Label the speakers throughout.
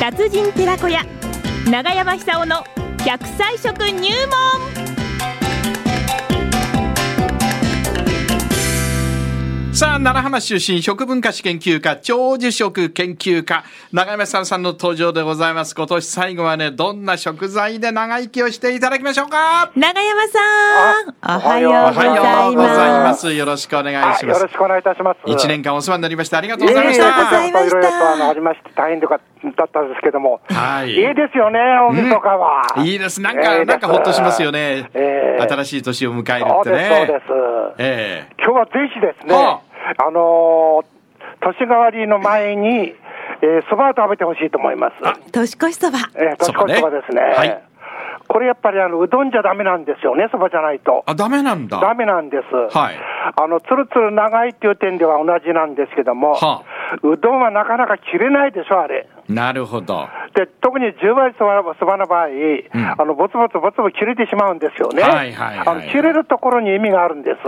Speaker 1: 達人寺子屋長山久夫の百歳食入門
Speaker 2: さあ、奈良浜市出身、食文化史研究家、長寿食研究家、長山さんさんの登場でございます。今年最後はね、どんな食材で長生きをしていただきましょうか
Speaker 1: 長山さん
Speaker 3: あ
Speaker 1: おはよう
Speaker 3: お
Speaker 1: ござ
Speaker 3: はよ
Speaker 1: い
Speaker 3: ござい
Speaker 1: ま
Speaker 3: ます
Speaker 2: す。よろしくお願いし
Speaker 3: あ
Speaker 2: ま
Speaker 3: よ
Speaker 2: す
Speaker 3: ろし。くお願いいたします。
Speaker 2: 一年間お世話になりました。ありがとうご
Speaker 3: え
Speaker 2: ざいま
Speaker 1: あ
Speaker 2: し
Speaker 1: りがとうござい
Speaker 2: た。
Speaker 1: ました
Speaker 3: いろいろとあのありまして大変とかだったんですけども、
Speaker 2: はい
Speaker 3: ですよね、大晦日は。
Speaker 2: いいです。なん
Speaker 3: えーい
Speaker 2: か、
Speaker 3: いです
Speaker 2: なんかほっとしますよね。
Speaker 3: えー
Speaker 2: 新しい年を迎える
Speaker 3: そ
Speaker 2: っ
Speaker 3: う
Speaker 2: て
Speaker 3: です、そうで
Speaker 2: ね
Speaker 3: す。。
Speaker 2: ええ
Speaker 3: 今日はぜひですね、
Speaker 2: は
Speaker 3: あのー年替わりの前に、えー、蕎麦を食べてほしいと思います。
Speaker 2: あ
Speaker 1: 年越しそば
Speaker 3: えー、年越し
Speaker 2: 蕎麦ね
Speaker 3: そばですね。
Speaker 2: はい
Speaker 3: これやっぱりあのうどんじゃダメなんですよね、そばじゃないと。
Speaker 2: あ、ダメなんだ。
Speaker 3: ダメなんです。
Speaker 2: はい
Speaker 3: あの、つるつる長いっていう点では同じなんですけども、
Speaker 2: は
Speaker 3: うどんはなかなか切れないでしょ、あれ。
Speaker 2: なるほど。
Speaker 3: で、特に10倍そばそばの場合、あの、ぼつぼつぼつぼつ切れてしまうんですよね。
Speaker 2: はいはいはい
Speaker 3: あの切れるところに意味があるんです。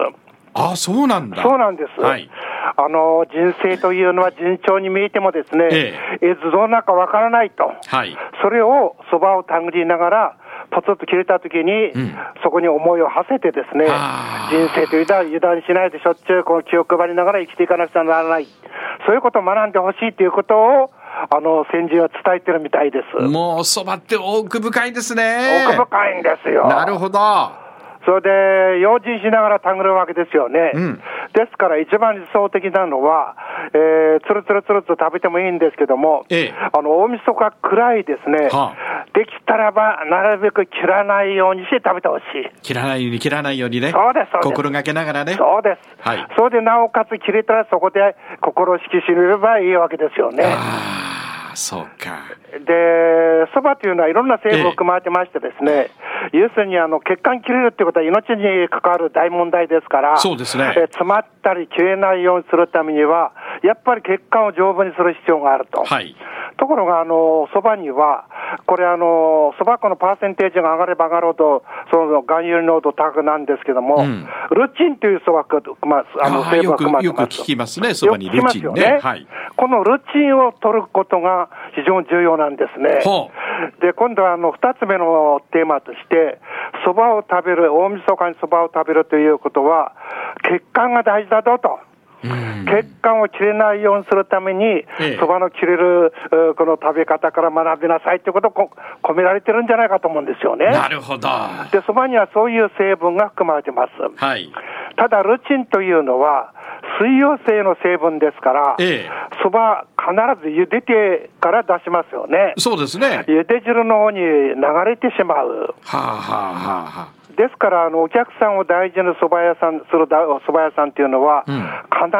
Speaker 2: あ、そうなんだ。
Speaker 3: そうなんです。
Speaker 2: はい。
Speaker 3: あの、人生というのは順調に見えてもですね、
Speaker 2: え
Speaker 3: え図どうなるかわからないと。
Speaker 2: はい。
Speaker 3: それをそばをたぐりながら、ポツッと切れたときに、
Speaker 2: ん
Speaker 3: そこに思いを馳せてですね、
Speaker 2: あー
Speaker 3: 人生というのは油断しないでしょっちゅうこの気を配りながら生きていかなくちゃならない。そういうことを学んでほしいということを、あの、先人は伝えてるみたいです。
Speaker 2: もう、そばって奥深いですね。
Speaker 3: 奥深いんですよ。
Speaker 2: なるほど。
Speaker 3: それで、用心しながらたぐるわけですよね。
Speaker 2: うん
Speaker 3: ですから、一番理想的なのは、えー、つるつるつると食べてもいいんですけども、
Speaker 2: ええ
Speaker 3: あの、大晦日暗いですね。
Speaker 2: は
Speaker 3: できたらば、なるべく切らないようにして食べてほしい。
Speaker 2: 切らないように切らないようにね。
Speaker 3: そうですそうです
Speaker 2: 心がけながらね。
Speaker 3: そうです。
Speaker 2: はい
Speaker 3: それで、なおかつ切れたらそこで心を引き締めればいいわけですよね。
Speaker 2: ああ、そうか。
Speaker 3: で、そばというのはいろんな成分を含まれてましてですね、要するにあの血管切れるってことは命に関わる大問題ですから、
Speaker 2: そうですね
Speaker 3: え詰まったり切れないようにするためには、やっぱり血管を丈夫にする必要があると。
Speaker 2: はい。
Speaker 3: ところが、あの、そばには、これあの、そば粉のパーセンテージが上がれば上がるほど、その含有濃度高くなんですけども、
Speaker 2: うん
Speaker 3: ルチンというそば粉、まあ、あの、
Speaker 2: あー
Speaker 3: 成分
Speaker 2: よ
Speaker 3: が
Speaker 2: く、
Speaker 3: 含まれて
Speaker 2: よく
Speaker 3: ます。
Speaker 2: 聞きますね、そばにルチ
Speaker 3: よ
Speaker 2: ン
Speaker 3: く聞きますよ
Speaker 2: ね
Speaker 3: ね。
Speaker 2: はい。
Speaker 3: このルチンを取ることが非常に重要なんですね。
Speaker 2: ほ
Speaker 3: で、今度はあの、二つ目のテーマとして、蕎麦を食べる、大晦日に蕎麦を食べるということは、血管が大事だぞと。
Speaker 2: うん
Speaker 3: 血管を切れないようにするために
Speaker 2: ええ、
Speaker 3: そばの切れる、えーこの食べ方から学びなさいということをこ込められてるんじゃないかと思うんですよね。
Speaker 2: なるほど。
Speaker 3: で、そばにはそういう成分が含まれてます。
Speaker 2: はい。
Speaker 3: ただ、ルチンというのは、水溶性の成分ですから、
Speaker 2: ええ
Speaker 3: そば、必ず茹でてから出しますよね。
Speaker 2: そうですね。
Speaker 3: 茹で汁の方に流れてしまう。
Speaker 2: はあ、はあはあは
Speaker 3: ですから、あの、お客さんを大事に蕎麦屋さん、するだ蕎麦屋さんっていうのは、
Speaker 2: うん
Speaker 3: 必ず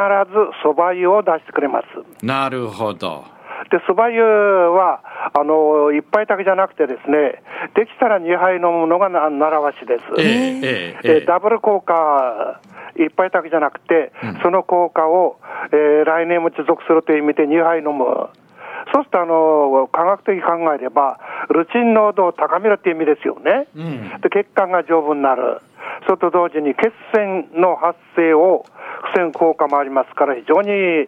Speaker 3: 蕎麦湯を出してくれます。
Speaker 2: あ、なるほど。
Speaker 3: で、蕎麦湯は、あの、一杯だけじゃなくてですね、できたら2杯飲むのがな習わしです。
Speaker 2: ええええ
Speaker 3: え
Speaker 2: ええ
Speaker 3: ダブル効果、一杯だけじゃなくて、その効果を、えー来年も持続するという意味で2杯飲む。そうすると、あの、科学的に考えれば、ルチン濃度を高めるという意味ですよね。
Speaker 2: うん。
Speaker 3: で血管が丈夫になる。それと同時に血栓の発生を防ぐ効果もありますから、非常に、え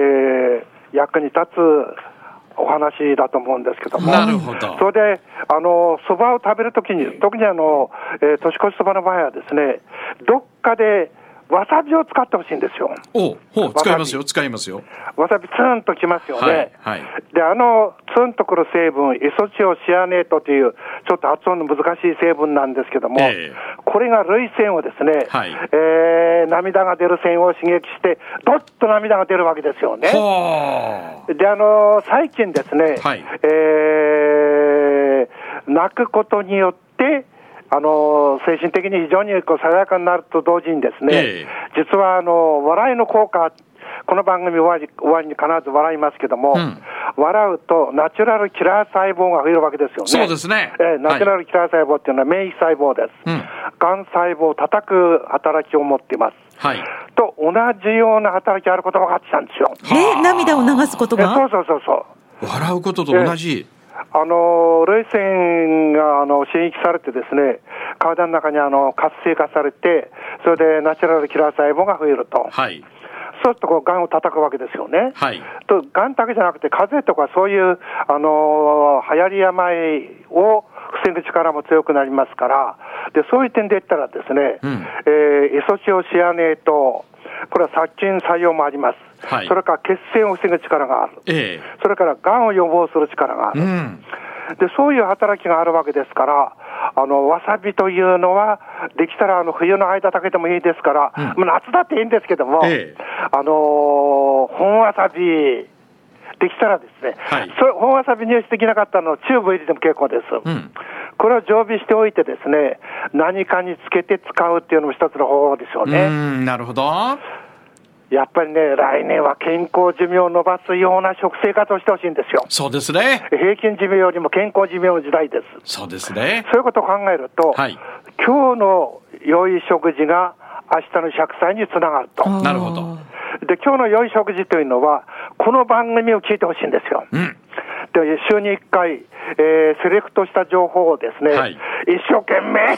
Speaker 3: ー役に立つお話だと思うんですけども。
Speaker 2: なるほど。
Speaker 3: それで、あの、蕎麦を食べるときに、特にあの、えー年越しそばの場合はですね、どっかでわさびを使ってほしいんですよ。
Speaker 2: おほう、
Speaker 3: わ
Speaker 2: 使
Speaker 3: さび
Speaker 2: いますよ、使いますよ。
Speaker 3: わさびツーンときますよね。
Speaker 2: はいはい
Speaker 3: で、あのツーンとくる成分、イソチオシアネートという、ちょっと発音の難しい成分なんですけども、
Speaker 2: ええ
Speaker 3: これが涙腺をですね、
Speaker 2: はい
Speaker 3: えー涙が出る腺を刺激して、どっと涙が出るわけですよね。
Speaker 2: ほう。
Speaker 3: で、あの最近ですね、
Speaker 2: はい
Speaker 3: えー泣くことによって、あの精神的に非常にこう爽やかになると同時にですね、
Speaker 2: ええ
Speaker 3: 実はあの笑いの効果、この番組終わり終わりに必ず笑いますけども、
Speaker 2: うん
Speaker 3: 笑うとナチュラルキラー細胞が増えるわけですよね。
Speaker 2: そうですね
Speaker 3: ええナチュラルキラー細胞っていうのは免疫細胞です。
Speaker 2: うん
Speaker 3: が、ん細胞を叩く働きを持っています。
Speaker 2: はい。
Speaker 3: と同じような働きがあることが分かってきたんですよ。
Speaker 1: で涙を流すこと
Speaker 3: えそう
Speaker 1: が
Speaker 3: そうそうそう。
Speaker 2: 笑うことと同じ。
Speaker 3: あの、涙腺が、あの、刺激されてですね、体の中に、あの、活性化されて、それでナチュラルキラー細胞が増えると。
Speaker 2: はい。
Speaker 3: そうするとこう、がんを叩くわけですよね。
Speaker 2: はい。
Speaker 3: と、がんだけじゃなくて、風邪とかそういう、あのー流行り病を防ぐ力も強くなりますから、で、そういう点で言ったらですね、
Speaker 2: うん
Speaker 3: えーイソチオシアネート、これは殺菌作用もあります。
Speaker 2: はい
Speaker 3: それから血栓を防ぐ力がある。
Speaker 2: え
Speaker 3: それから、がんを予防する力があ
Speaker 2: え。
Speaker 3: る
Speaker 2: う。ん。
Speaker 3: で、そういう働きがあるわけですから、あの、わさびというのは、できたらあの冬の間だけでもいいですから、
Speaker 2: う
Speaker 3: まあ夏だっていいんですけども、
Speaker 2: ええ
Speaker 3: あのー本わさび、できたらですね、
Speaker 2: はい
Speaker 3: それ本わさび入手できなかったのをチューブ入りでも結構です。
Speaker 2: うん。
Speaker 3: これを常備しておいてですね、何かにつけて使うっていうのも一つの方法ですよ
Speaker 2: う
Speaker 3: ね。
Speaker 2: ん、なるほど。
Speaker 3: やっぱりね、来年は健康寿命を伸ばすような食生活をしてほしいんですよ。
Speaker 2: そうですね。
Speaker 3: 平均寿命よりも健康寿命の時代です。
Speaker 2: そうですね。
Speaker 3: そういうことを考えると、
Speaker 2: はい
Speaker 3: 今日の良い食事が明日の100歳につながると。
Speaker 2: なるほど。
Speaker 3: で、今日の良い食事というのは、この番組を聞いてほしいんですよ。
Speaker 2: うん。
Speaker 3: で、週に1回、えーセレクトした情報をですね、
Speaker 2: はい
Speaker 3: 一生懸 命、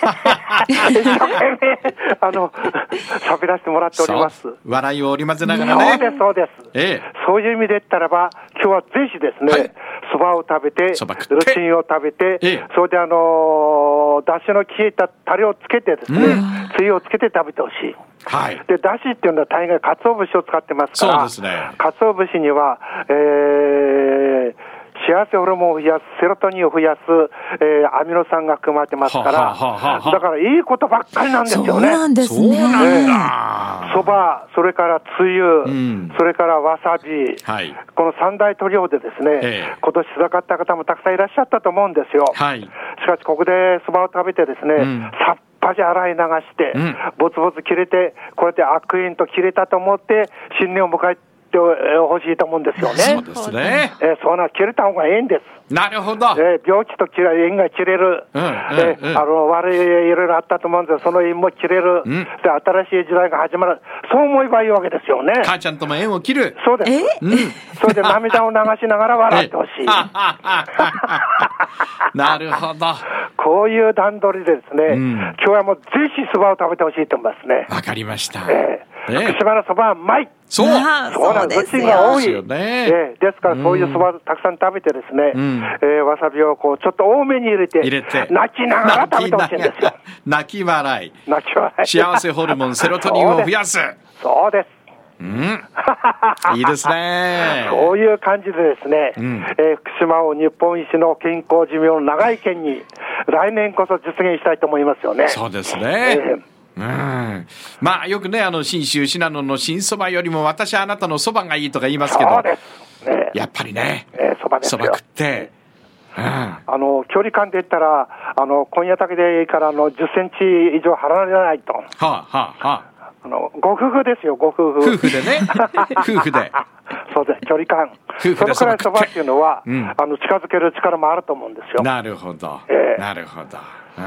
Speaker 3: 一生懸命、あの、喋らせてもらっております。
Speaker 2: そう笑いを織り交ぜなが
Speaker 3: そう
Speaker 2: ら
Speaker 3: で
Speaker 2: ね
Speaker 3: す、。そうです。
Speaker 2: ええ。
Speaker 3: そういう意味で言ったらば、今日はぜひです
Speaker 2: はい
Speaker 3: ね、そば、を食べて、
Speaker 2: そば食っ
Speaker 3: ル
Speaker 2: て
Speaker 3: チンを食べて、
Speaker 2: ええ
Speaker 3: それであのー、だしの消えたタレをつけてですね、
Speaker 2: うん
Speaker 3: つゆをつけて食べてほしい。
Speaker 2: はい。
Speaker 3: で、だしっていうのは大概鰹節を使ってますから、
Speaker 2: そうですね
Speaker 3: 鰹節には、えー幸せホルモンを増やす、セロトニンを増やす、えーアミノ酸が含まれてますから、
Speaker 2: はあはあはあはあ
Speaker 3: だからいいことばっかりなんです
Speaker 4: そ
Speaker 3: よね。
Speaker 4: うなんです
Speaker 2: そう
Speaker 4: ね。
Speaker 2: なんだ。
Speaker 3: そば、それからつゆ、
Speaker 2: うん
Speaker 3: それからわさび、
Speaker 2: はい
Speaker 3: この三大塗料でですね、
Speaker 2: ええ
Speaker 3: 今年つらかった方もたくさんいらっしゃったと思うんですよ。
Speaker 2: はい。
Speaker 3: しかし、ここでそばを食べてですね、
Speaker 2: うん
Speaker 3: さっぱり洗い流して、
Speaker 2: うん
Speaker 3: ぼつぼつ切れて、こうやって悪縁と切れたと思って、新年を迎えてほしいと思うんですよ
Speaker 2: そう
Speaker 3: ね。
Speaker 2: ですね。
Speaker 3: えーそうな、切れた方がええんです。
Speaker 2: なるほど。
Speaker 3: えー病気と切れ縁が切れる、
Speaker 2: うんうん
Speaker 3: えー
Speaker 2: うん
Speaker 3: あの悪いいろいろあったと思うんですよその縁も切れる、
Speaker 2: うん
Speaker 3: で、新しい時代が始まる、そう思えばいいわけですよね。
Speaker 2: 母ちゃんとも縁を切る。
Speaker 3: そうです。
Speaker 4: え
Speaker 3: それで涙を流しながら笑ってほしい。
Speaker 2: なるほど。わ
Speaker 3: こういう段取りでですね、
Speaker 2: うん
Speaker 3: 今日はもうぜひそばを食べてほしいと思いますね。
Speaker 2: かりました。
Speaker 3: ええ
Speaker 2: ね
Speaker 3: 福島のそばはうまい。
Speaker 2: そう。
Speaker 4: まあ
Speaker 3: そうな
Speaker 4: そうん
Speaker 3: で。
Speaker 4: ですす
Speaker 3: うちが
Speaker 4: よ
Speaker 3: 多。
Speaker 2: そうで
Speaker 3: い。
Speaker 2: すよね
Speaker 3: ええですから、そういうそばをたくさん食べてですね、
Speaker 2: うん
Speaker 3: えーわさびをこう、ちょっと多めに入れて、
Speaker 2: 入れて。
Speaker 3: 泣きながら食べてほしいんですよ。
Speaker 2: 泣き笑い。
Speaker 3: 泣き笑い。
Speaker 2: 幸せホル モン、セロトニンを増やす。
Speaker 3: そうです。
Speaker 2: うん。いいですね。
Speaker 3: そういう感じでですね、
Speaker 2: うん
Speaker 3: えー福島を日本一の健康寿命の長い県に、来年こそ実現したいと思いますよね。
Speaker 2: そうです
Speaker 3: え
Speaker 2: ね
Speaker 3: え。
Speaker 2: うん、まあよくねあの信州信濃の新そばよりも私あなたのそばがいいとか言いますけど
Speaker 3: そうです。ね
Speaker 2: やっぱりね
Speaker 3: えーそばです
Speaker 2: そ
Speaker 3: よ
Speaker 2: ば食って、うん、
Speaker 3: あの距離感で言ったら、あの今夜だけでいいからあの10センチ以上離れないと、
Speaker 2: はあはあはあ。
Speaker 3: あのご夫婦ですよ、ご夫婦。
Speaker 2: 夫婦で ね。夫婦で。
Speaker 3: そうです、距離感。
Speaker 2: 夫婦で
Speaker 3: そのくらい
Speaker 2: そ
Speaker 3: そ
Speaker 2: ば食
Speaker 3: ば
Speaker 2: って
Speaker 3: っていうのは、
Speaker 2: うん
Speaker 3: あの近づける力もあると思うんですよ。
Speaker 2: なるほど
Speaker 3: え。え
Speaker 2: なるほど。うん、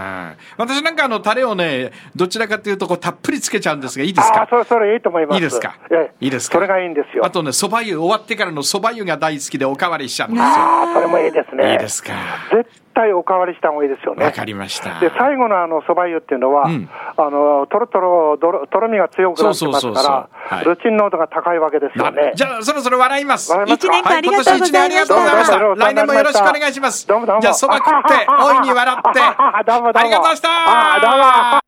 Speaker 2: 私なんかあのタレをねどちらかというとこうたっぷりつけちゃうんですがいいです
Speaker 3: ああー、
Speaker 2: か
Speaker 3: それ、それいいと思います。
Speaker 2: いいですか
Speaker 3: ええ
Speaker 2: いいですか
Speaker 3: それがいいんですよ。
Speaker 2: あとねそば湯終わってからのそば湯が大好きでおかわりしちゃうんです
Speaker 3: あーそれもいいです
Speaker 2: よ
Speaker 3: ね。
Speaker 2: いいですか
Speaker 3: 絶対おかわりした方がいいですよね。
Speaker 2: わかりました
Speaker 3: で最後のあのそば湯っていうのは、
Speaker 2: うん
Speaker 3: あのとろとろどろとろみが強くなってます
Speaker 2: そうそうそうそう
Speaker 3: か
Speaker 2: は
Speaker 3: ら、
Speaker 2: い
Speaker 3: ルチン濃度が高いわけですよ
Speaker 2: な
Speaker 3: ね。
Speaker 2: じゃあそろそろ笑います
Speaker 3: 笑います
Speaker 4: 一年間
Speaker 2: は
Speaker 4: あ
Speaker 2: い
Speaker 4: り
Speaker 2: 今
Speaker 4: がとう
Speaker 2: 年
Speaker 4: ご
Speaker 2: 一
Speaker 4: ざ
Speaker 2: 年
Speaker 4: いま
Speaker 2: ありが
Speaker 4: し。
Speaker 2: とうございましたた
Speaker 3: どうも
Speaker 2: 来年もよろしくお願いします
Speaker 3: どうもどうも
Speaker 2: じゃあそば食って大いに笑って
Speaker 3: どうもどうも
Speaker 2: ありがとうございました
Speaker 3: あどうも